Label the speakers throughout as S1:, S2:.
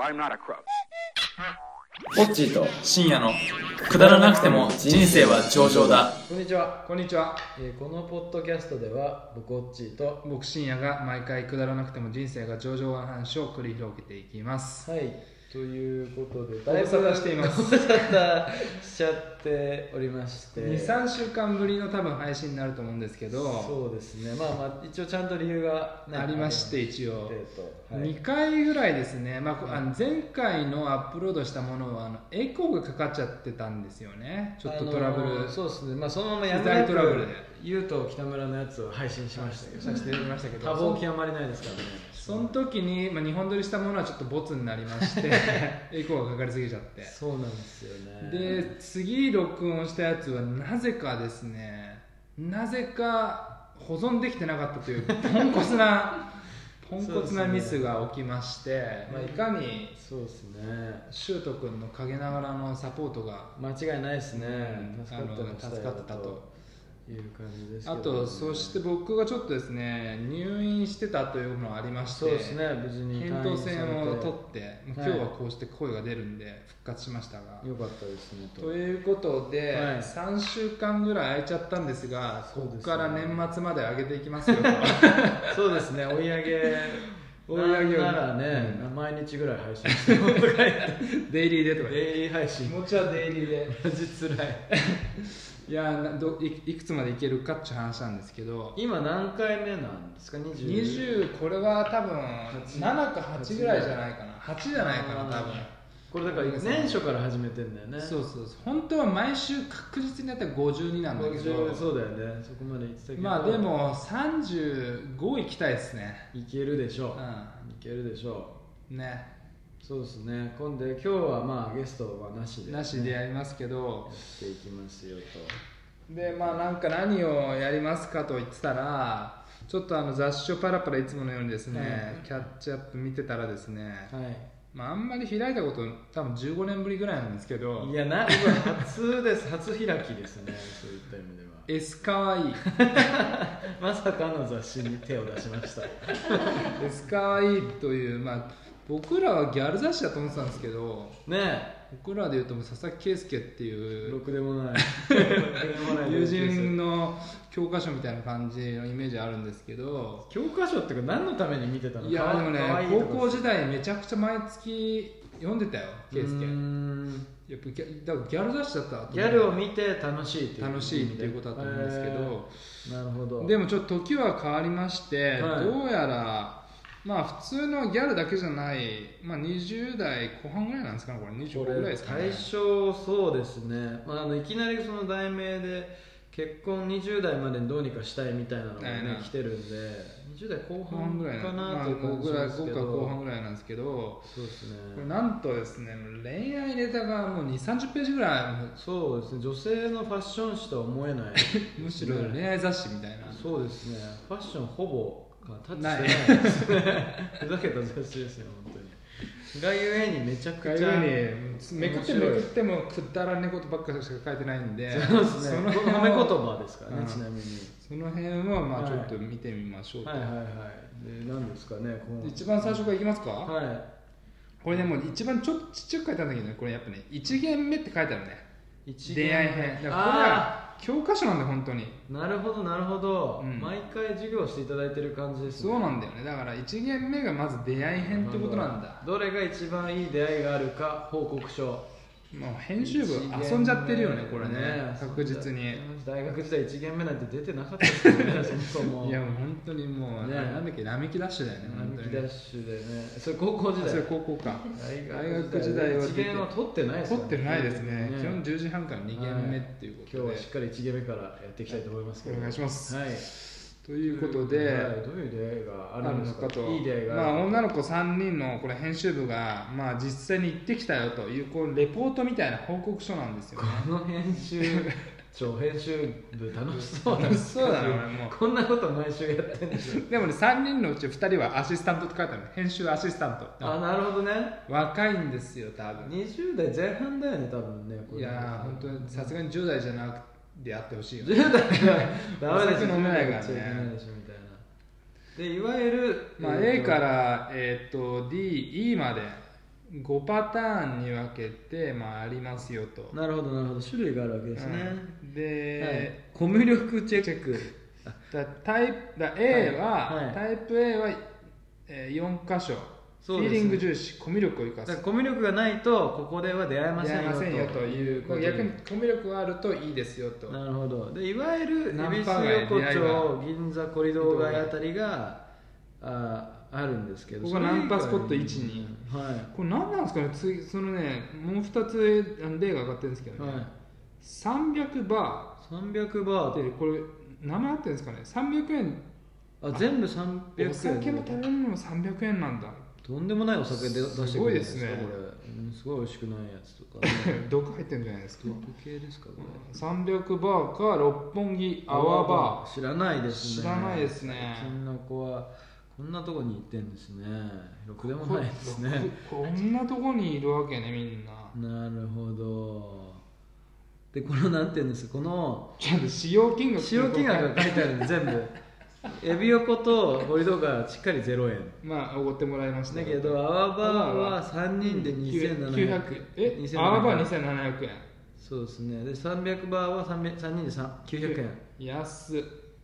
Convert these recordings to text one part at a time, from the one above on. S1: I'm not a crook.
S2: ポッチーと
S3: 深夜のくだらなくても人生は上々だ
S4: こんにちは。こんにちは。えーこのポッドキャストでは、僕、オッチーと、
S5: 僕深夜が毎回くだらなくても人生が上々な話を繰り広げていきます
S4: はい、ということで、
S5: ご無沙汰しています
S4: ご無沙汰しちゃっておりまして、
S5: 23週間ぶりの多分配信になると思うんですけど
S4: そうですね、まあまあ、一応ちゃんと理由がね、
S5: ありまして一応
S4: ある程度はい
S5: 2回ぐらいですね、まあこ、あの前回のアップロードしたものはあのエコーがかかっちゃってたんですよねちょっとトラブル、
S4: あのーそうですね、まあ、そのままや
S5: 機材トラブルで
S4: ゆうと北村のやつを配信しましたけど、
S5: させていただきましたけど
S4: 多忙極まりないですからね。
S5: その時に、まあ、2本撮りしたものはちょっとボツになりまして エコーがかかりすぎちゃって
S4: そうなんですよね。
S5: で次録音したやつはなぜかですねなぜか保存できてなかったというポンコツな ポンコツなミスが起きまして、まあ、いかに
S4: そうですね。
S5: シュート君の陰ながらのサポートが
S4: 間違いないですね、
S5: うん
S4: 助かってましたよ
S5: あの助かってたと
S4: いう感じですけど
S5: あとそして僕がちょっとですね入院してたというのがありまして
S4: そうですね無事に
S5: 扁
S4: 退院
S5: 桃
S4: されて
S5: 腺を取ってもう今日はこうして声が出るんで復活しましたが、
S4: よかったですねと
S5: ということで、
S4: はい
S5: 3週間ぐらい空いちゃったんですが
S4: そう
S5: こ
S4: ですね
S5: こから年末まで上げていきます よ
S4: そうですね追い上げ
S5: 追い上げを
S4: なんならね、毎日ぐらい配信してもらって
S5: デイリーでと か
S4: デイリー配信
S5: 持ちはデイリーで
S4: マジつらい
S5: いやなどいいくつまでいけるかっていう話なんですけど
S4: 今何回目なんですか20
S5: 20これは多分7か8ぐらいじゃないかな8じゃないかな多分
S4: これだから年初から始めてんだよね
S5: そうそうそう本当は毎週確実にやったら52なんだけ
S4: 50
S5: ど
S4: そうだよねそこまで行ってたけど
S5: まあでも35いきたいですね
S4: いけるでしょ
S5: う
S4: ういけるでしょ
S5: んね
S4: うそうですね今度今日はまあゲストはなしで
S5: なしでやりますけど、
S4: やっていきますよと
S5: でまあなんか何をやりますかと言ってたらちょっとあの雑誌をパラパラいつものようにですね、キャッチアップ見てたらですね、
S4: はい
S5: まあ、あんまり開いたこと多分15年ぶりぐらいなんですけど
S4: いやなこれ初です初開きですねそういった意味では
S5: S かわいい
S4: まさかの雑誌に手を出しました
S5: S かわいいというまあ僕らはギャル雑誌だと思ってたんですけど
S4: ね
S5: 僕らでいうともう佐々木圭介って
S4: え
S5: い
S4: ろ
S5: う
S4: くでも ないろくでもない
S5: 友人の教科書みたいな感じのイメージあるんですけど
S4: 教科書ってか何のために見てたの
S5: いや
S4: か
S5: で
S4: わ
S5: もね
S4: かわいいと
S5: 高
S4: こ
S5: 校時代めちゃくちゃ毎月読んでたよ圭
S4: う
S5: 介
S4: ーん
S5: やっぱギャだからギャル雑誌だったわと思う
S4: ギャルを見て楽しいっていう
S5: 楽しいっていうことだと思うんですけど、
S4: えーなるほど
S5: でもちょっと時は変わりまして、
S4: はい
S5: どうやらまあ普通のギャルだけじゃない、まあ、20代後半ぐらいなんですかねこれ25
S4: こ
S5: ぐらい
S4: れ
S5: ですか
S4: 最
S5: ね
S4: 初そうですね、まあ、あのいきなりその題名で結婚20代までにどうにかしたいみたいなのが、
S5: ない
S4: ね
S5: な、
S4: 来てるんで20代後
S5: 後半
S4: 半
S5: ぐらい
S4: か
S5: なま
S4: な
S5: あ
S4: という
S5: 5
S4: 感じ
S5: ぐらい
S4: ですけど、
S5: 5か後半ぐらいなんですけど
S4: そうですね
S5: これなんとですね恋愛ネタがもう2 3 0ページぐら
S4: そうですね女性のファッション誌とは思えない
S5: い むしろ恋愛雑誌みたいな、
S4: そうですねファッションほぼタッチ
S5: ない
S4: してないですね ふざけた雑誌ですよ本当にがゆえにめちゃく
S5: かゆ
S4: ちゃ
S5: にめくってめくってもくだらねえことばっかしか書いてないんで
S4: そうですね
S5: そ
S4: 褒
S5: の
S4: め言
S5: 辺を
S4: 葉ですからね、
S5: うん
S4: ちなみに
S5: その辺はま
S4: はい
S5: あちょっと見てみましょうと、
S4: はいはいはいで何ですかねこの
S5: 一番最初からいきますか、
S4: は
S5: これねもう一番ちょっとちっちゃく書いたんだけどねこれやっぱね1限目って書いてあるね
S4: い一
S5: 恋愛編だからこれ
S4: あ
S5: は教科書なんだよ本当に
S4: ーなるほどなるほど、
S5: うん
S4: 毎回授業していただいてる感じですね
S5: そうなんだよねだから1限目がまず出会い編ってことなんだ
S4: どれが一番いい出会いがあるか報告書
S5: もう編集部遊んじゃってるよねこれね確実
S4: 遊んじ
S5: に
S4: ゃって大学時代1限目なんて出てなかったですよねそもそも
S5: いやもう本当にもう、
S4: ね
S5: あれなんだっけ並木ダッシュだよね本当
S4: 並木ダ
S5: に
S4: ッシュでねそれ高校時
S5: あそれ
S4: 代
S5: 高校か
S4: 大学時
S5: 大
S4: 代
S5: 学
S4: は
S5: 時
S4: 1
S5: 代
S4: 限は取ってないです
S5: 撮
S4: よ
S5: ってないですね
S4: ね
S5: 基本10時半から2限目っていうことで、
S4: 今日はしっかり1限目からやっていきたいと思いますけど
S5: お願いします
S4: はい
S5: ということで、
S4: はいどういう出会いがあ
S5: あ
S4: る
S5: る
S4: ん
S5: の
S4: です
S5: か
S4: か
S5: と
S4: いい出会いが
S5: まあ、
S4: ある
S5: 女の子3人のこれ編集部が、まあ、実際に行ってきたよというこうレポートみたいな報告書なんですよね
S4: この編集長編集部楽しそうだ
S5: 楽しそうだな俺も
S4: こんなこと毎週やってんでしょ
S5: でもね3人のうち2人はアシスタントって書いてあるの編集アシスタン
S4: あ
S5: ト
S4: なるほどね
S5: 若いんですよ多分
S4: 20代前半だよね多分ねこ
S5: い
S4: れ
S5: やー本当にさすがに10代じゃなくてやってほしいよね
S4: 10代はダメで
S5: お
S4: す
S5: 酒飲めないからね
S4: 10代は飲めないでしょみたいなでいわゆる
S5: まあ、
S4: えー
S5: A から、えー、と DE まで5パターンに分けて、まあ、ありますよと、
S4: なるほどなるほど種類があるわけですね、
S5: うんで、
S4: はい、コミュ力チェック
S5: だタイプだ A は、
S4: はいはい
S5: タイプ A は、えー、4箇所、フ
S4: そうで
S5: ィ
S4: すね
S5: ーリング重視コミュ力を生か
S4: だから
S5: す
S4: コミュ力がないとここでは出会えませ
S5: や
S4: ん
S5: り
S4: よ
S5: ま
S4: と
S5: せんよということで
S4: 逆
S5: 逆
S4: に
S5: にコミュ力があるといいですよと
S4: なるほどでいわゆる
S5: ナ
S4: 恵
S5: ン
S4: 比寿
S5: パ街
S4: 横
S5: 出会いは
S4: 丁銀座コリドー街あたりがああるんですけど
S5: ここが
S4: それ以外に
S5: ナンパスポット1に
S4: は
S5: これ何なんですかね次そのねもう2つあの例が上がってるんですけど
S4: い、
S5: ね、
S4: はい、
S5: 300バ
S4: 300バ
S5: ーっ
S4: ー
S5: てこれ名前あってるんですかね300円
S4: あ全部
S5: お
S4: 300
S5: 酒
S4: 円
S5: も食べ物も300円なんだ
S4: とんでもないお酒で出してくれるんですか
S5: すごいです
S4: これ、
S5: ね
S4: うん、すごい美味しくないやつとか、 ね、
S5: 毒入ってるんじゃないですか
S4: ストップ系ですかこれ
S5: 300バーか六本木アワーバー
S4: 知らないですね
S5: 知らないですね
S4: 最近の子はこんなとこに行ってんですねろくでもないですね
S5: ここんなとこにいるわけねみんな
S4: なるほどでこのなんていうんですかこの
S5: ちゃんと使用金額
S4: 使用金額が書いてあるん で全部エビ横とホリドがしっかり0円
S5: まあおごってもらいました
S4: だけどアワーバーは3人で2700
S5: 900え
S4: 2700
S5: アワーバー2700円
S4: そうですねで300バーは 3, 3人で3 900円
S5: 安っ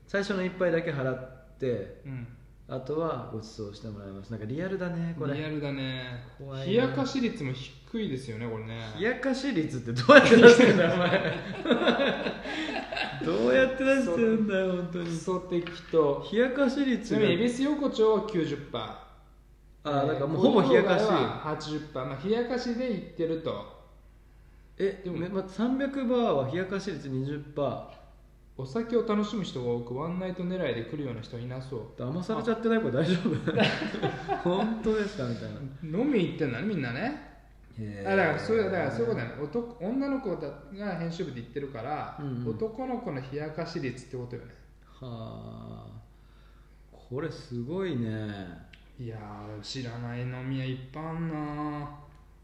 S4: 最初の1杯だけ払って
S5: うん
S4: あとはご馳走してもらいますなんかリアルだねこれ
S5: リアルだね
S4: 怖いな
S5: 冷やかし率も低いですよねこれね
S4: 冷やかし率ってどうやって出してるんだお前 どうやって出してるんだよ本当
S5: ク
S4: に
S5: ソ的と
S4: 冷やかし
S5: ち
S4: 率
S5: な
S4: が
S5: みに恵比寿横丁は90パー
S4: あなんかもうほぼ冷やかし
S5: し80%、まあ、冷やかしでいってると
S4: えでも、ま、300バーは冷やかし率20パ
S5: お酒を楽しむ人が多くワンナイト狙いで来るような人いなそう
S4: ー騙されちゃってないこれ大丈夫 本当ですかみたいな
S5: 飲み行ってんだねみんなねあだからそういうだからそういうことだね男女の子だが編集部で行ってるから、
S4: うんうん
S5: 男の子の冷やかし率ってことよね
S4: はあこれすごいね
S5: いやー知らない飲み屋いっぱいあんな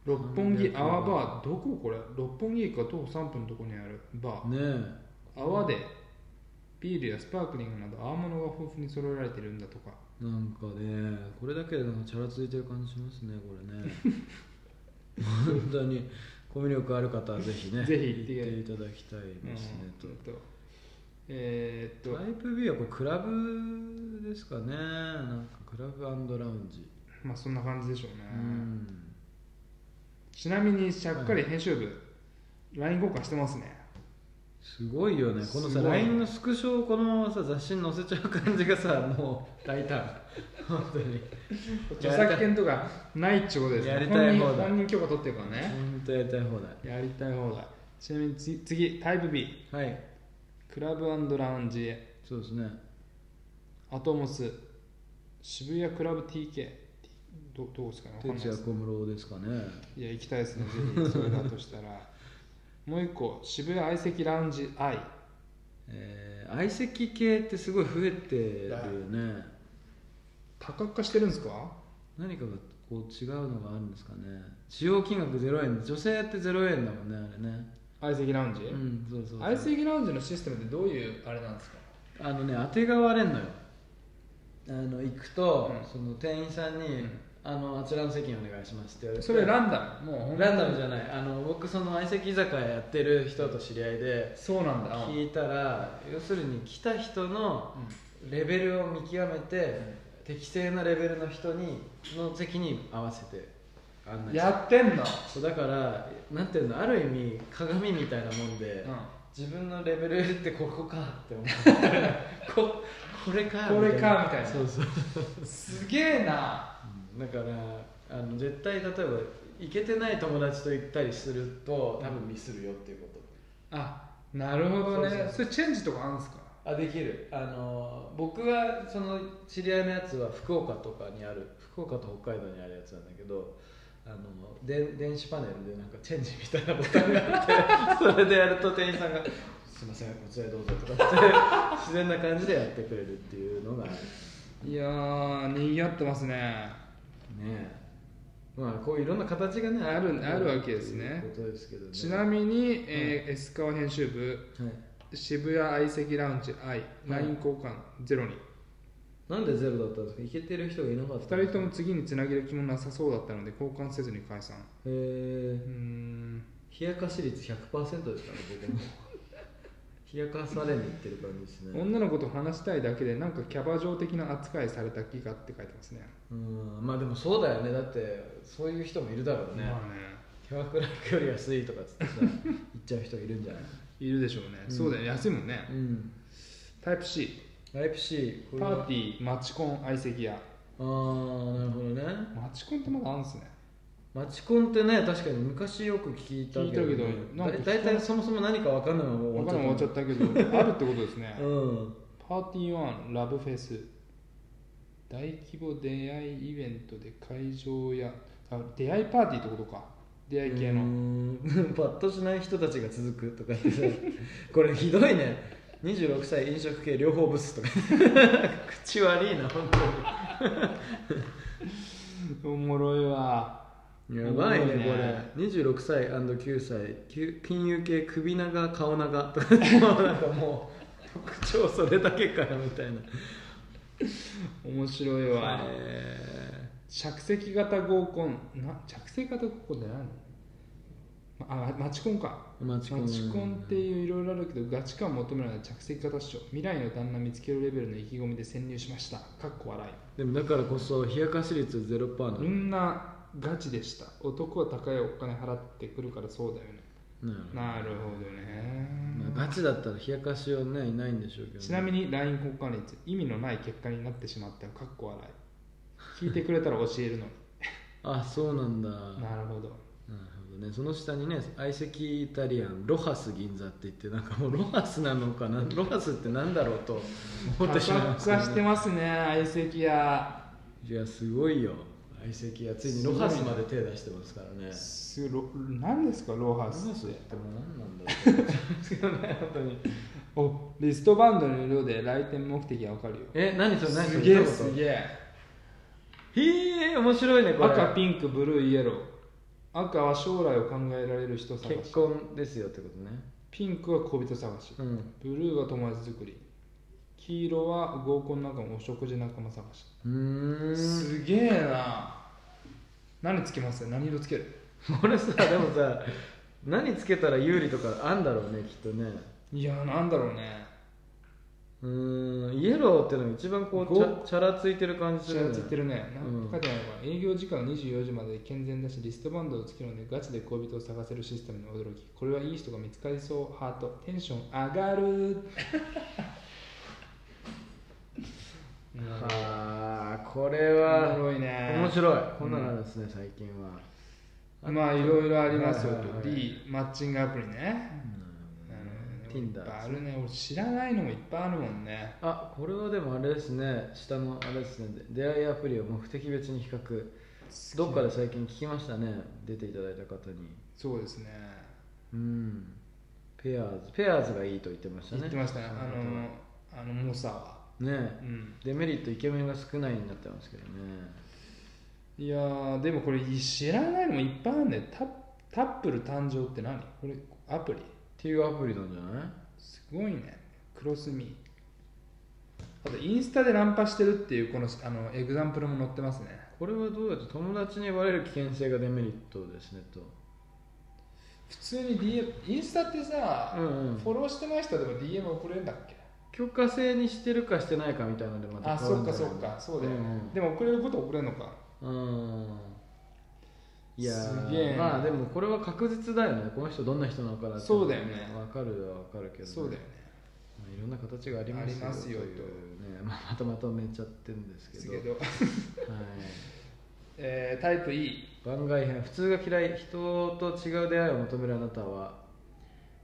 S5: 六本木泡バーどここれ六本木駅から徒歩3分のとこにあるバー
S4: ね
S5: 泡でビールやスパークリングなど泡物が豊富に揃えられてるんだとか
S4: えなんかねこれだけでなんかチャラついてる感じしますねこれね本当にコミュ力ある方はぜひね
S5: ぜひ行って
S4: 行っていただきたいですね、と
S5: うんとえーっと
S4: タイプ B はこれクラブですかねなんかクラブラウンジ
S5: まあそんな感じでしょうね
S4: う、ん
S5: ちなみにしゃっかり編集部、LINE 交換してますね
S4: すごいよねこの
S5: す
S4: さ
S5: ごい
S4: LINE のスクショをこのままさ雑誌に載せちゃう感じがさもう大胆本当に
S5: 著作権とかないっちゅうことですね
S4: やりたい
S5: 本
S4: 放
S5: 人
S4: 題
S5: 本人許可取ってるからね
S4: 本当やりたい放
S5: やりたい放題ちなみに次次タイプ B
S4: 題はい
S5: クラブラウンジへ
S4: そうですね
S5: アトモス渋谷クラブ TK どどうですかねわかんない
S4: 哲
S5: で
S4: 也
S5: す
S4: 小室ですかね
S5: いや行きたいですねぜひそれだと したらもう一個渋谷相席ラウンジ I
S4: えー相席系ってすごい増えてるよね
S5: 多角化してるんですか
S4: 何かがこう違うのがあるんですかね使用金額0円女性って0円だもんねあれね
S5: 相席ラウンジ、
S4: うんそうそうそう
S5: 相席ラウンジのシステムってどういうあれなんですか
S4: あのね当てがわれんのよあの行くと、
S5: うん
S4: その店員さんに、
S5: ん
S4: あの「あちらの席にお願いします」って言われて
S5: それランダムもう本当に
S4: ランダムじゃないあの僕その相席居酒屋やってる人と知り合いで
S5: そうなんだ
S4: 聞いたら要するに来た人のレベルを見極めて、適正なレベルの人にの席に合わせて案
S5: う
S4: 内
S5: ん
S4: する
S5: やってんの、
S4: そうだからなんていうのある意味鏡みたいなもんで、
S5: う
S4: 自分のレベルってここかって思う ここれか
S5: これかみたいな
S4: そうそう、
S5: ん、すげえな
S4: だからあの絶対例えば行けてない友達と行ったりすると多分ミスるよっていうこ
S5: あなるほどねそ
S4: そうそう
S5: れチェンジとかあるんですか
S4: とあできるあの僕はその知り合いのやつは福岡とかにある福岡と北海道にあるやつなんだけどあので電子パネルでなんかチェンジみたいなボタンがあってそれでやると店員さんが「すいませんこちらへどうぞ」とかって自然な感じでやってくれるっていうのがある
S5: いやーにぎわってますね
S4: ねえまあこういろんな形がね
S5: あるあるわけですね
S4: ということですけどね
S5: ちなみに、えー S 川編集部
S4: はい
S5: 渋谷相席ラウンジ I、
S4: はい
S5: LINE 交換ゼロに
S4: なんでゼロだったんですかいけてる人がいなかった
S5: 2人とも次につなげる気もなさそうだったので交換せずに解散
S4: へえ
S5: うーん
S4: 冷やかし率100%ですから僕も 冷やかされにいってる感じですね
S5: 女の子と話したいだけでなんかキャバ嬢的な扱いされた気がって書いてますね
S4: うんまあでもそうだよねだってそういう人もいるだろうね、
S5: まあね
S4: キャバクラ行くより安いとかっつ ってさ行っちゃう人いるんじゃない
S5: いるでしょうね、
S4: うん
S5: そうだよ安いもんね、
S4: うん
S5: タイプ C
S4: ライプシ
S5: パ
S4: ー
S5: ーテ
S4: ィー
S5: ィーマチコン相席屋
S4: ああなるほどね
S5: マチコンってまだあるんですね
S4: マチコンってね確かに昔よく聞いたけど,、
S5: 聞いたけどなんか
S4: だ大体そもそも何か分かんないまま
S5: 他
S4: 終
S5: の
S4: わ
S5: 終わっ
S4: っち
S5: ち
S4: ゃ
S5: ゃ
S4: っ
S5: ったけどあるってことですね
S4: たうん
S5: パーティーワンラブフェス大規模出会いイベントで会場やあ出会いパーティーってことか出会い系の
S4: うーん パッとしない人たちが続くとか言ってさ これひどいね26歳飲食系両方ブスとか 口悪いな本
S5: おもろいわ
S4: 当にやばいね
S5: おもろいね
S4: これ26歳 &9 歳きゅ金融系首長顔長と かもうなんかもう特徴それだけかなみたいな
S5: 面白いわ、
S4: え
S5: 着席型合コンな着席型合コンじゃないのまあマチコンか
S4: ー、マチコン
S5: マチコンっていういろいろあるけどガチ感求められない着席型っしょ未来の旦那見つけるレベルの意気込みで潜入しましたかっこ笑い
S4: でもだからこそ冷やかし率0%なの、
S5: みんなガチでした男は高いお金払ってくるからそうだよね
S4: なるほど
S5: なるほどね、
S4: まあ、ガチだったら冷やかしはねいないんでしょうけどね、
S5: ちなみに LINE 交換率意味のない結果になってしまったかっこ笑い聞いてくれたら教えるのに
S4: あそうなんだ
S5: なるほど
S4: なるほどねその下にね相席イタリアンロハス銀座って言ってなんかもうロハスなのかなロハスってなんだろうと思ってしまいま
S5: 加
S4: し
S5: 速
S4: た
S5: 化してますね相席屋
S4: いやすごいよ相席やついにロハスまで手出してますからね
S5: すロ何ですかロハ
S4: ロ
S5: ス
S4: ハ
S5: っ
S4: スっててもう何なんだろう
S5: 本当におリストバンドの色で来店目的がわかるよ
S4: え何それ何そ
S5: す
S4: れ
S5: げ
S4: どうい
S5: え
S4: うこと
S5: すげえ
S4: へえ面白いねこれ
S5: 赤ピンクブルーイエロー赤は将来を考えられる人探
S4: 結
S5: し
S4: 婚ですよってことね
S5: ピンクは恋人探し
S4: うん
S5: ブルーは友達作り黄色は合コン仲間お食事仲間探し
S4: うーん
S5: すげえな何つけます何色つける
S4: これさでもさ何つけたら有利とかあんだろうねきっとね
S5: いやーなんだろうね
S4: うーんイエローってのが一番こう
S5: ゴ
S4: チャチャラついてる感じす
S5: ちら
S4: る
S5: ついて
S4: る
S5: るね。な
S4: うん
S5: んか書いてないのかな営業時間は24時まで健全だし、リストバンドをつけるので、ガチで恋人を探せるシステムに驚き。これはいい人が見つかりそう、ハート。テンション上がる。うん
S4: はあこれ
S5: お
S4: は
S5: もろいね。
S4: 面白いこんなのあるんですね、最近は
S5: まあ、いろいろありますよ
S4: はいはいは
S5: と。
S4: い
S5: D、マッチングアプリね。
S4: う
S5: うん
S4: ん
S5: いっぱい
S4: Tinder
S5: あるね。俺知らないのもいっぱいあるもんね。
S4: あこれはでもあれですね下のあれですねで出会いアプリを目的別に比較どっかで最近聞きましたね出ていただいた方に
S5: そうですね。
S4: うんペアーズペアーズがいいと言ってましたね
S5: 言ってましたね。あ
S4: その方は
S5: の、あの、猛者は。
S4: ね
S5: うん。
S4: デメリットイケメンが少ないになってますけどね
S5: いやーでもこれ知らないのもいっぱいあるねタタップル誕生って何これアプリ
S4: っていうアプリなんじゃない
S5: すごいねクロスミーあとインスタでナンパしてるっていうこのあのエグザンプルも載ってますね
S4: これはどうやって友達にバレる危険性がデメリットですねと
S5: 普通に DM インスタってさ、
S4: うんうん
S5: フォローしてない人でも DM 送れるんだっけ
S4: 許可制にしてるかしてないかみたいなのでまた
S5: あ
S4: 変わ
S5: そ
S4: る
S5: っ
S4: んじゃな
S5: かそ
S4: い
S5: っかそうだよね、
S4: うん
S5: でも送れることは送れるのか
S4: うんいやー
S5: すげえな
S4: まあでもこれは確実だよねこの人どんな人なのかなって
S5: そうだよね
S4: 分かるは分かるけど、
S5: そうだよね
S4: まあ、いろんな形があります
S5: ありますよ
S4: というね、まあ、まとまとめちゃってるんですけ
S5: です
S4: ど
S5: けど、
S4: はい、
S5: えータイプ E
S4: 番外編普通が嫌い人と違う出会いを求めるあなたは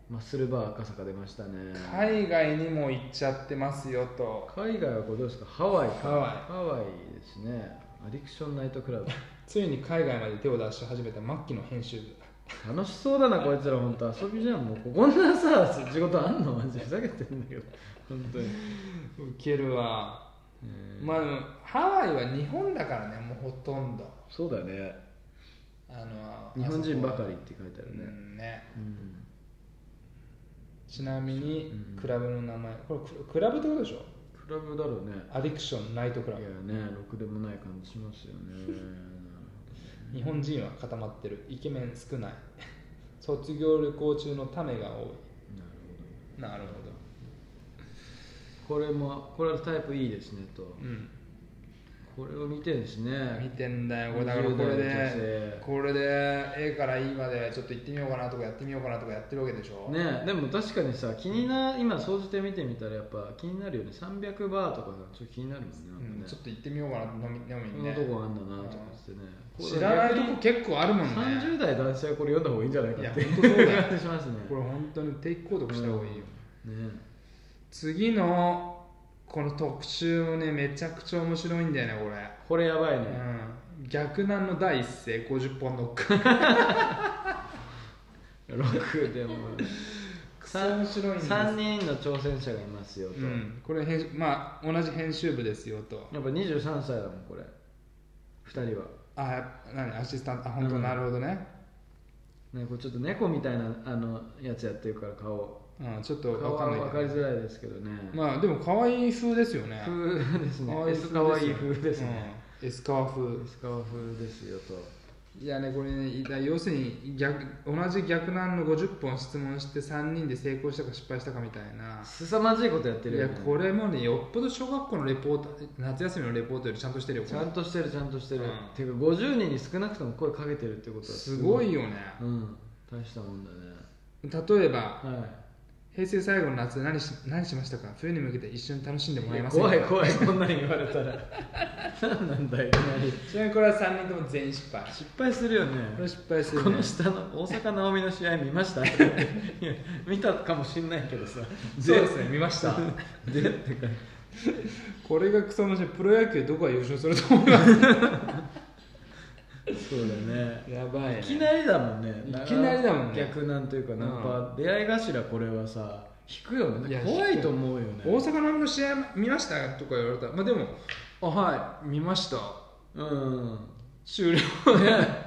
S4: マッスルバー赤坂出ましたね
S5: 海外にも行っちゃってますよと
S4: 海外はこれどうですかハワイか
S5: ハワイ
S4: ハワイですねアディクションナイトクラブ
S5: ついに海外まで手を出し始めた末期の編集部
S4: 楽しそうだなこいつら本当遊びじゃんもうこんなさ仕事あんのマジでふざけてんだけど本当に、
S5: ウケるわ
S4: えー
S5: まあでもハワイは日本だからねもうほとんど
S4: そうだね
S5: あの
S4: 日本人ばかりっ
S5: あ
S4: て書いてあ
S5: そこ
S4: る
S5: う
S4: ね
S5: んね
S4: うん、
S5: ちなみに
S4: うん
S5: クラブの名前これククラブってことでしょ
S4: クラブだろうね
S5: アディクションナイトクラ
S4: い
S5: ブ
S4: やねろくでもない感じしますよね
S5: 日本人は固まってるイケメン少ない卒業旅行中のため
S4: な
S5: が多
S4: るほど
S5: いなるほ
S4: これもこれはタイプいいですねと、
S5: どうん
S4: これを見てるんです
S5: 見
S4: ね
S5: てんだよこれだからこれ
S4: 20代の女性
S5: でこれで A から E までちょっと行ってみようかなとかやってみようかなとかやってるわけでしょ
S4: ねでも確かにさ気にな今総じて見てみたらやっぱ気になるよね300バーとかちょっと気になるもんね
S5: う
S4: なんんかね、
S5: ちょっと行ってみようかな飲み飲み
S4: こ
S5: に
S4: んな
S5: ね
S4: とこあんだなとかしてね
S5: 知らないとこ結構あるもんね
S4: 30代男性はこれ読んだ方がいいんじゃないかって
S5: いや本当そうだよ
S4: 感じしますね
S5: これ本当に定期購読した方がいいよ、
S4: ね
S5: 次のこの特集もねめちゃくちゃ面白いんだよねこれ
S4: これやばいね、
S5: うん逆難の第一声50本ノック
S4: 6でも
S5: くそ面白いんです
S4: 3人の挑戦者がいますよと、
S5: うん、これ編集まあ同じ編集部ですよと
S4: やっぱ23歳だもんこれ2人は
S5: あ何アシスタントあ本当、
S4: うん
S5: なるほどね、
S4: ねこれちょっと猫みたいなあのやつやってるから顔
S5: うん、ちょっと
S4: 顔
S5: わ
S4: は
S5: かんない
S4: 分
S5: け
S4: か
S5: ど
S4: りづらいですけどね、
S5: まあでも可愛い風ですよね
S4: 風ですね
S5: 可愛
S4: S かわいい風ですね、、
S5: うん、S カワ風
S4: S かわ風ですよと
S5: いやねこれねだ要するに逆同じ逆難の50本質問して3人で成功したか失敗したかみたいな
S4: 凄まじいことやって
S5: い
S4: るよ、
S5: や
S4: ね、
S5: これもねよっぽど小学校のレポート夏休みのレポートよりちゃんとしてるよこ
S4: ち
S5: れ
S4: ゃんとしてるちゃんとしてる、
S5: うん
S4: ていうか50人に少なくとも声かけてるってことは
S5: すごい
S4: よ
S5: よね
S4: うん大したもんだね
S5: 例えば
S4: はい
S5: 平成最後の夏何し何しましたか冬に向けて一緒に楽しんでもらえます
S4: 怖い怖いこんなん言われたら何なんだいきなり
S5: ちなみにこれは3人とも全員失敗
S4: 失敗するよね
S5: これ失敗する、ね、
S4: この下の大阪なおみの試合見ました いや見たかもしんないけどさ
S5: そうですね見ました
S4: でってか
S5: これがクソ面白いプロ野球どこが優勝すると思います
S4: そうだね
S5: やばい、
S4: いきなりだもんね
S5: いきなりだもんね
S4: 逆なんというかなんか出会い頭これはさ引くよ
S5: いや
S4: ね怖いと思うよ
S5: 大
S4: ね
S5: 阪のの試合見ましたとか言われたらまあでもあはい見ました
S4: うん
S5: 終
S4: ね
S5: 了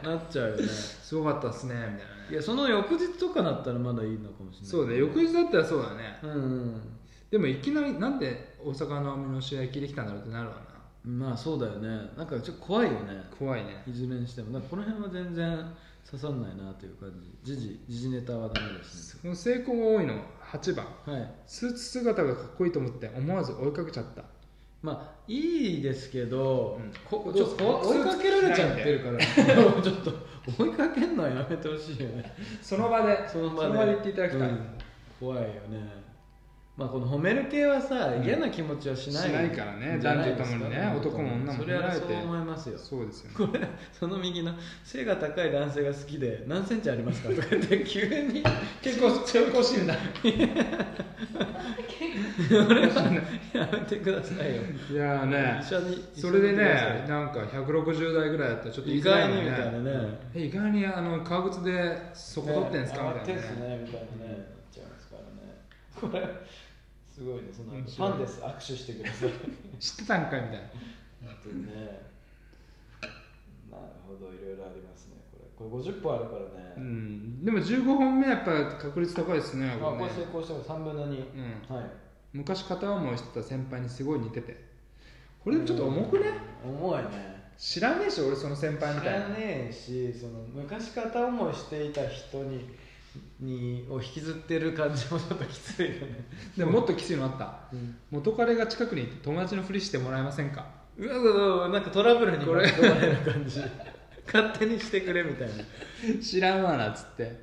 S4: なっちゃうよ ね
S5: すごかったっすねみたいなね
S4: いやその翌日とかだったらまだいいのかもしれない
S5: そうだ翌日だったらそうだね
S4: うん
S5: でもいきなりなんで大阪のの試合聞いてきたんだろうってなるわな
S4: まあそうだよねなんかちょっと怖いよね
S5: 怖いね
S4: いずれにしてもなんかこの辺は全然刺さんないなという感じ時事時事ネタはダメですね
S5: その成功が多いの8番
S4: はい
S5: スーツ姿がかっこいいと思って思わず追いかけちゃった
S4: まあいいですけど、
S5: うん
S4: こちょっと追いかけられちゃってるからもう ちょっと追いかけるのはやめてほしいよね
S5: その場で
S4: その場で
S5: 言っていただきたい、
S4: うん怖いよねまあこの褒める系はさ
S5: ん
S4: 嫌な気持ちはしない、
S5: しないからね
S4: じゃないですか
S5: 男女ともにね男も女も
S4: それはそう
S5: 褒められて
S4: 思いますよ
S5: そうですよね
S4: これその右の背が高い男性が好きで何センチありますかとか言って急 に
S5: 結構健康診断
S4: やめてくださいよ
S5: いやーね
S4: 一緒に
S5: それで
S4: 一緒に行ってくださ
S5: ねなんか160代ぐらいだったらちょっと
S4: い意
S5: づら
S4: 外にみたいなね
S5: え意外にあの革靴でそこ取ってんすか、
S4: ね
S5: み
S4: 上が
S5: たいな
S4: ってんす
S5: ね
S4: ねみたいなねなっ ちゃいますからねこれすごいねその
S5: うん
S4: ファンです握手してください
S5: 知ってたんかいみたいな
S4: 本当にねなるほどいろいろありますねこれこれ50本あるからね、
S5: うんでも15本目やっぱ確率高いですね
S4: あこ
S5: これ
S4: れ
S5: ね
S4: 成功したから3分の2、
S5: う
S4: はい
S5: 昔片思いしてた先輩にすごい似ててこれでもちょっと重くね
S4: 重いね
S5: 知らねえし俺その先輩み
S4: 知
S5: たい
S4: ら
S5: な
S4: ねえしその昔片思いしていた人ににを引きずってる感じもちょっときついよね、
S5: でももっときついのあった
S4: うん、
S5: 元彼が近くにいて友達のふりしてもらえませんか
S4: うわうわうわなんかトラブルに
S5: これ
S4: 巻き込まれる感じ勝手にしてくれみたいなね
S5: 知らんわなっつって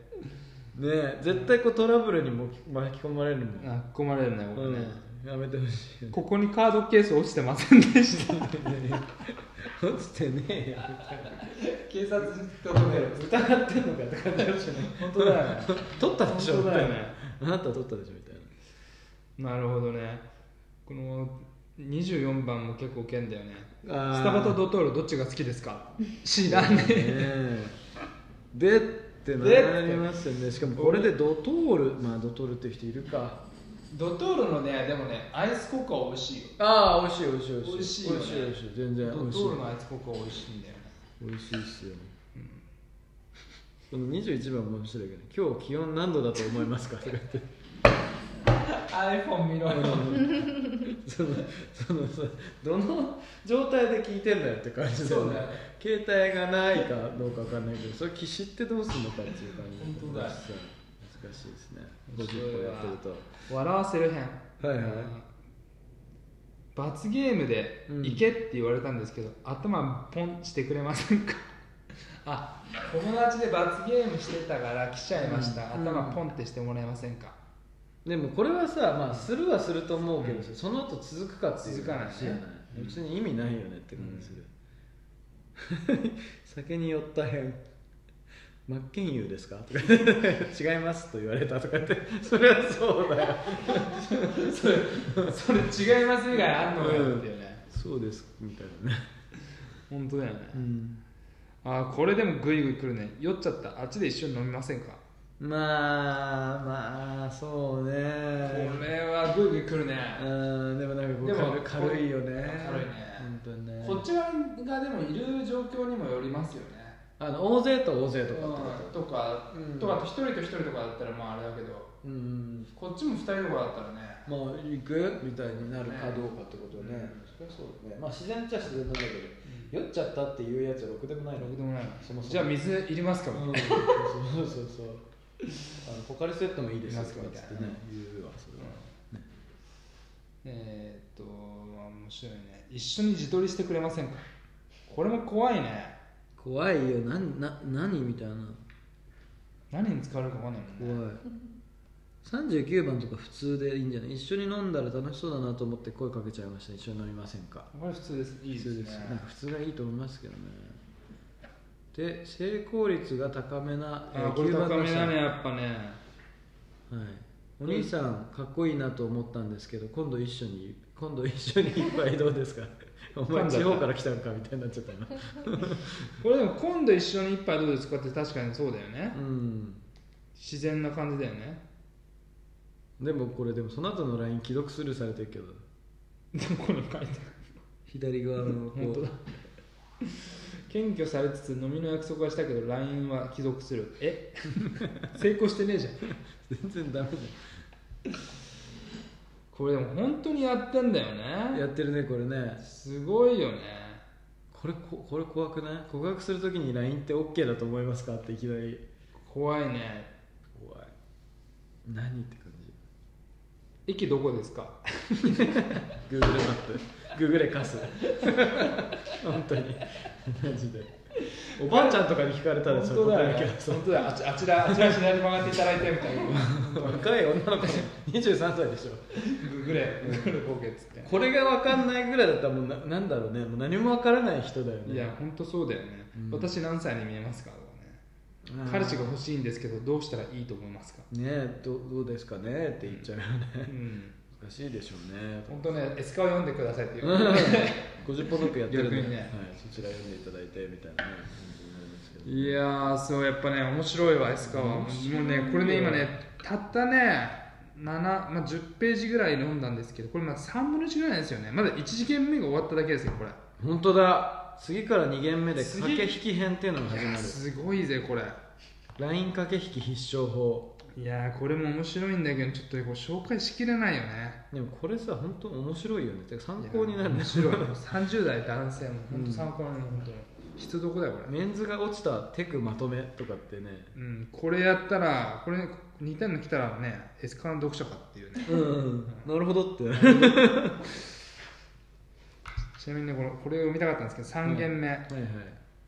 S4: え絶対こうトラブルにも巻き込まれるもん、
S5: あ込まれるね
S4: う
S5: 僕ね、
S4: ん、やめてほしいよね
S5: ここにカードケース落ちてませんでした
S4: 落ちてねえよ
S5: 警察に
S4: 疑ってんのかって感じがしない
S5: 本当だよね
S4: 取ったでしょ
S5: 本当だよね
S4: みたいなあなた取ったでしょみたいな
S5: なるほどねこの24番も結構けんだよね
S4: あー
S5: スタバとドトールどっちが好きです か知らねえ
S4: ねでってなりますよねしかもこれでドトールまあドトールっていう人いるか
S5: ドトールのねでもねアイスココア美味しいよ
S4: ああ美味しい美味しい
S5: 美味し
S4: 美
S5: いよね
S4: 味しい美味しい全然
S5: ド
S4: 美
S5: ト
S4: 味しい
S5: ールのアイスココア美味しいんだよね
S4: 美味しいっすよ、この21番も面白いけど今日気温何度だと思いますかとか言って
S5: iPhone 見ろよ
S4: そのそのそのどの状態で聞いてんだよって感じだよね携帯がないかどうかわかんないけどそれ知ってどうすんのかっていう感じ
S5: 本当だよ
S4: そう難しいですね50個やってる
S5: 笑わせる編
S4: とはいはい
S5: 罰ゲームで
S4: うん
S5: 行けって言われたんですけど、頭ポンしてくれませんかあ友達で罰ゲームしてたから来ちゃいました、
S4: うん
S5: 頭ポンってしてもらえませんか、
S4: でもこれはさ、まあ、するはすると思うけどさ、その後続くかっていう
S5: 続かないね
S4: 話じゃない別に意味ないよねって感じする、 酒に酔った編真剣佑ですかと か言って違いますと言われたとかってそれはそうだよ
S5: それそれ違います以外あんのよっていうね、
S4: そうですみたいなね、
S5: 本当だよね、あーこれでもグイグイ来るね酔っちゃったあっちで一緒に飲みませんか、
S4: まあまあそうね
S5: これはグイグイ来るね、
S4: うんでもなんかこう
S5: でも
S4: 軽軽いよね
S5: 軽いね
S4: 本当にね
S5: こっち側がでもいる状況にもよりますよね
S4: あの大勢と大勢とかってこ
S5: うんとか、
S4: うん
S5: とかと一人と一人とかだったらまああれだけど
S4: とうん
S5: こっちも二人とかだったらね
S4: まあ行くみたいになるかどうかってことね
S5: ね
S4: そりゃそうだねまあ自然っちゃ自然なんだけど、酔っちゃったっていうやつはろくでもない
S5: ろ
S4: の
S5: くでもない
S4: そもそも
S5: じゃあ水いりますか、
S4: うんそうそうそうあのポカリスエットもいいですよ
S5: いますか
S4: とかっつってね言うわそれは
S5: えーっとまあ面白いね一緒に自撮りしてくれませんかこれも怖いね
S4: 怖いよなんな何みたいな
S5: 何に使われるか分かんないもんね
S4: 怖い39番とか普通でいいんじゃない一緒に飲んだら楽しそうだなと思って声かけちゃいました一緒に飲みませんか
S5: これ普通ですいいです
S4: 普
S5: ね
S4: 通ですなんか普通がいいと思いますけどねで成功率が高めな
S5: あ
S4: えー
S5: ーこれ
S4: 9番
S5: 高
S4: の
S5: め
S4: 人
S5: だねやっぱね
S4: はい、お兄さんかっこいいなと思ったんですけど今度一緒に今度一緒に一杯どうですかお
S5: 噛ん
S4: 前
S5: だ
S4: 地方から来たのかみたいになっちゃったな
S5: これでも今度一緒に一杯どうですかって確かにそうだよね
S4: うん
S5: 自然な感じだよね
S4: でもこれでもその後の LINE 既読スルーされてるけど
S5: ど こに書いてある
S4: 左側のこう
S5: 本当だ検挙されつつ飲みの約束はしたけど LINE は既読するえ 成功してねえじゃん
S4: 全然ダメ
S5: これでも本当にやってんだよ
S4: だ
S5: ね
S4: やってるねこれね
S5: すごいよね
S4: これここれ怖くない告白するときに LINE って OK だと思いますかっていきなり
S5: 怖いね
S4: 怖い何って感じ
S5: 駅どこですか
S4: グーグルマップグーグレカス 本当にマジでおばあちゃんとかに聞かれたらちょっと答えるけど
S5: 本当だよあちあちらあちら左に曲がっていただいてみたいな
S4: 若い女の子23歳でしょ
S5: グレーグレーボケっつって
S4: これが分かんないぐらいだったらもうななんだろうねもう何も分からない人だよね
S5: いや本当そうだよね、
S4: うん
S5: 私何歳に見えますかとかね
S4: あー
S5: 彼氏が欲しいんですけどどうしたらいいと思いますか、
S4: ねえどどうですかねって言っちゃうよ
S5: う
S4: ね、
S5: ん、
S4: 難しいでしょうね
S5: 本当ねエスカを読んでくださいっていう、
S4: 50本くやってるんで、
S5: 逆にね
S4: はい、そちら読んでいただいてみたいなね
S5: いやーそうやっぱね面白いわエスカはも
S4: 面白いう
S5: ねこれね今ねたったね7、まあ、10ページぐらい読んだんですけどこれまだ3分の1ぐらいなんですよねまだ1次元目が終わっただけですよこれ
S4: 本当だ次から2限目で
S5: 次
S4: 駆け引き編っていうのが始
S5: い
S4: ま
S5: やー
S4: る
S5: すごいぜこれ
S4: LINE 駆け引き必勝法
S5: いやーこれも面白いんだけどちょっとこれ紹介しきれないよね
S4: でもこれさ本当面白いよねてか参考になる
S5: い
S4: ね
S5: やー面白い30代男性も本当参考になる本当に必読だよこ れ
S4: メンズが落ちたテクまとめとかってね
S5: うんこれやったらこれ似たの来たらねエスカの読者かっていうね
S4: うん、なるほど って
S5: ちなみにねこのこれを読みたかったんですけど3件目、
S4: はいはい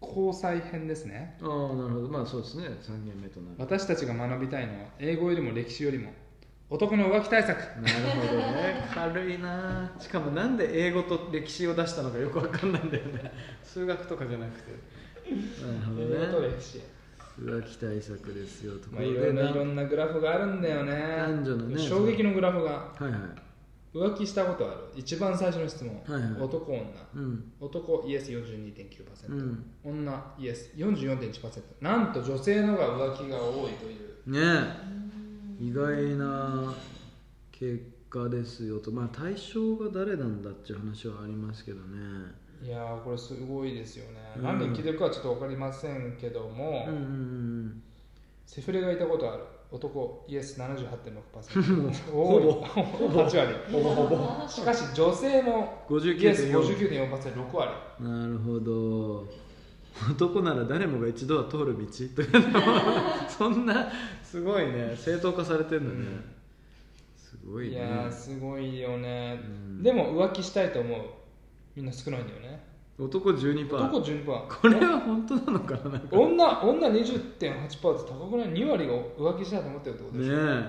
S5: 交際編ですね
S4: ああなるほどまあそうですね3軒目となる
S5: 私たちが学びたいのは英語よりも歴史よりも男の浮気対策
S4: なるほどね 軽いなしかもなんで英語と歴史を出したのかよくわかんないんだよね数学とかじゃなく てなるほどね
S5: 歴史
S4: 浮気対策ですよとこ
S5: まあ、
S4: ろ
S5: いろ
S4: で
S5: い
S4: な
S5: ろいろんなグラフがあるんだよね
S4: 男女のね
S5: 衝撃のグラフ
S4: は
S5: が
S4: いはい
S5: 浮気したことある一番最初の質問、
S4: はいはい
S5: 男女
S4: うん
S5: 男イエス42.9%、
S4: うん
S5: 女イエス44.1%なんと女性の方が浮気が多いという
S4: ねえ意外な結果ですよとまあ対象が誰なんだっていう話はありますけどね
S5: いやーこれすごいですよね、
S4: うん
S5: 何で聞いてるかはちょっと分かりませんけども、
S4: うんうんうん
S5: セフレがいたことある男イエス 78.6%
S4: ほぼ
S5: ほ ぼ8割
S4: ほぼほぼ
S5: しかし女性もイエス
S4: 59.4
S5: 59.4%6 割
S4: なるほど男なら誰もが一度は通る道というのはそんなすごいね正当化されてるのね、
S5: うん
S4: すごい
S5: い
S4: ね
S5: やーすごいよね、
S4: うん
S5: でも浮気したいと思うみんな少ないんだよね
S4: 男12%
S5: 男12%
S4: これは本当なのかななんかね
S5: 女女20.8%って高くない2割が浮気したいと思ってるってことでしょ、
S4: え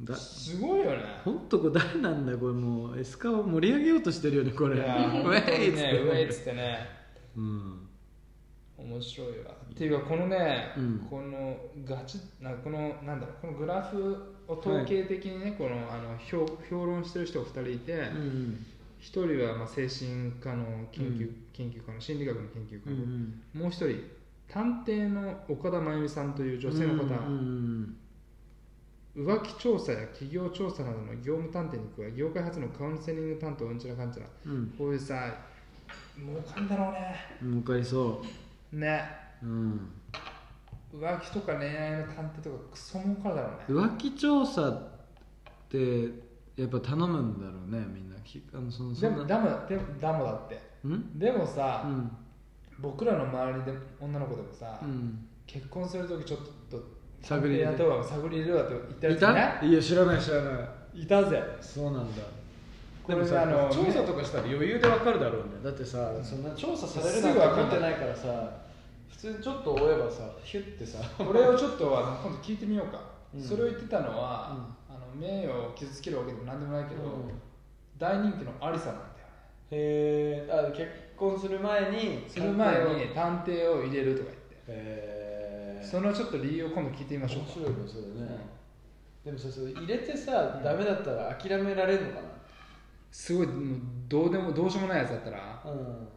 S4: だ
S5: すごいよね
S4: 本当これ誰なんだよこれもうエスカを盛り上げようとしてるよねこれ
S5: いやー本当
S4: ウェイ っ
S5: に
S4: つっ
S5: ね
S4: て
S5: ウェイっつってね
S4: うん
S5: 面白いわっていうかこのね、
S4: うん
S5: このガチなこのなんだろうこのグラフを統計的にね、このあの評評論してる人が2人いて、
S4: うん
S5: 一1人はまあ精神科の研究,、研究家の心理学の研究
S4: う
S5: 家の、
S4: ん
S5: もう一人探偵の岡田真由美さんという女性の方、
S4: うん
S5: 浮気調査や企業調査などの業務探偵に加え業界初のカウンセリング担当うんちらかんちら
S4: うん
S5: こういうさ儲かんだろうね
S4: うん向かいそ
S5: ね
S4: う、うん、
S5: 浮気とか恋愛の探偵とかクソ儲かるだろうね
S4: 浮気調査ってやっぱ頼むんだろうねみんなきあのそのそ
S5: で
S4: ん
S5: も
S4: な
S5: ダメだでもダメだって
S4: うん
S5: でも
S4: う
S5: さ、
S4: ん
S5: 僕らの周りで女の子でもさ、
S4: うん
S5: 結婚する時ちょっと
S4: 探り入れ
S5: やった方が探り入れだと言
S4: い
S5: ったや
S4: たいや知らない知らない
S5: つねいたぜ
S4: そうなんだ
S5: これあの
S4: 調査とかしたら余裕でわかるだろうねだってさそんな調査されるなんて思ってないからさ普通にちょっと追えばさヒュッ てさ
S5: これをちょっとあの今度聞いてみようか、
S4: うん
S5: それを言ってたのは、あの名誉を傷つけるわけでも何でもないけど、大人気のアリさんなんだよね
S4: へえ結婚する前に
S5: する前に探偵を入れるとか
S4: へ
S5: 言って
S4: え
S5: そのちょっと理由を今度聞いてみま
S4: 面
S5: しょうか
S4: 白いねそれね、でもさそれ入れてさ、ダメだったら諦められるのか
S5: すごいもうどうでもどうしようもないやつだったら
S4: なうん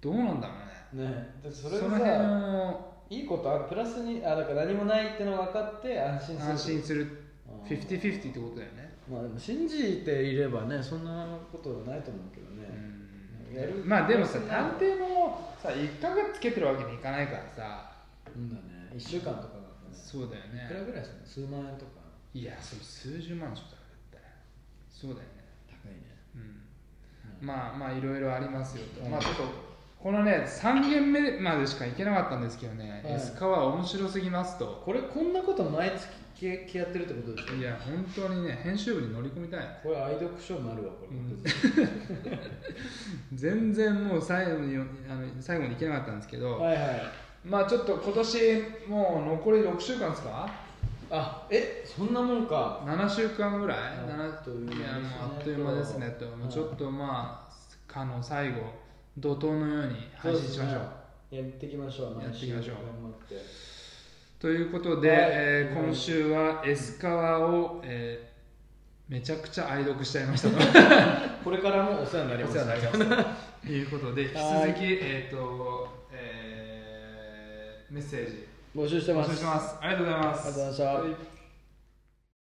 S5: どうなんだろうね
S4: ねでそ
S5: そ
S4: れで
S5: の辺
S4: さ
S5: を
S4: いいことあプラスにあだから何もないってのが分かって安心する
S5: 安心する
S4: あー
S5: 50-50ってことだよね
S4: まあでも信じていればねそんなことはないと思うけどね、やる
S5: まあでもさ探偵もさ1か月つけてるわけにいかないからさ
S4: うんだね1週間とかだとね
S5: そうだよ
S4: いくら
S5: ね
S4: ぐらいするの数万円とか
S5: いやそれ数十万でしょだってそうだよね
S4: 高いね
S5: うん、まあまあいろいろありますよと、まあちょっとこのね3軒目までしか行けなかったんですけどね、
S4: はい
S5: エスカは面白すぎますと
S4: これこんなこと毎月けやってるってことでし
S5: い
S4: ょ
S5: や本当にね編集部に乗り込みたい
S4: これ愛読書になるわこれ、
S5: うん全然もう最後にあの最後に行けなかったんですけど、
S4: はいはい
S5: まあちょっと今年もう残り6週間ですか
S4: あえそんなもんか
S5: 7週間ぐらい
S4: あっという間
S5: 7
S4: です
S5: い
S4: ね
S5: やもうあっという間ですねと、もうちょっとまああの最後怒涛のように配信しましょう
S4: やっていきましょう
S5: やっていきまし
S4: 毎週頑張
S5: ょう
S4: って
S5: ということで、
S4: はい
S5: えー今週はエスカワを、えーめちゃくちゃ愛読しちゃいましたと
S4: これからもお世話になります
S5: お世話になりますということで引き続
S4: はい
S5: き、えーとえーメッセージ
S4: 募集して
S5: 募
S4: ます
S5: 集してますありがとうございます
S4: ありがとうございました
S5: はい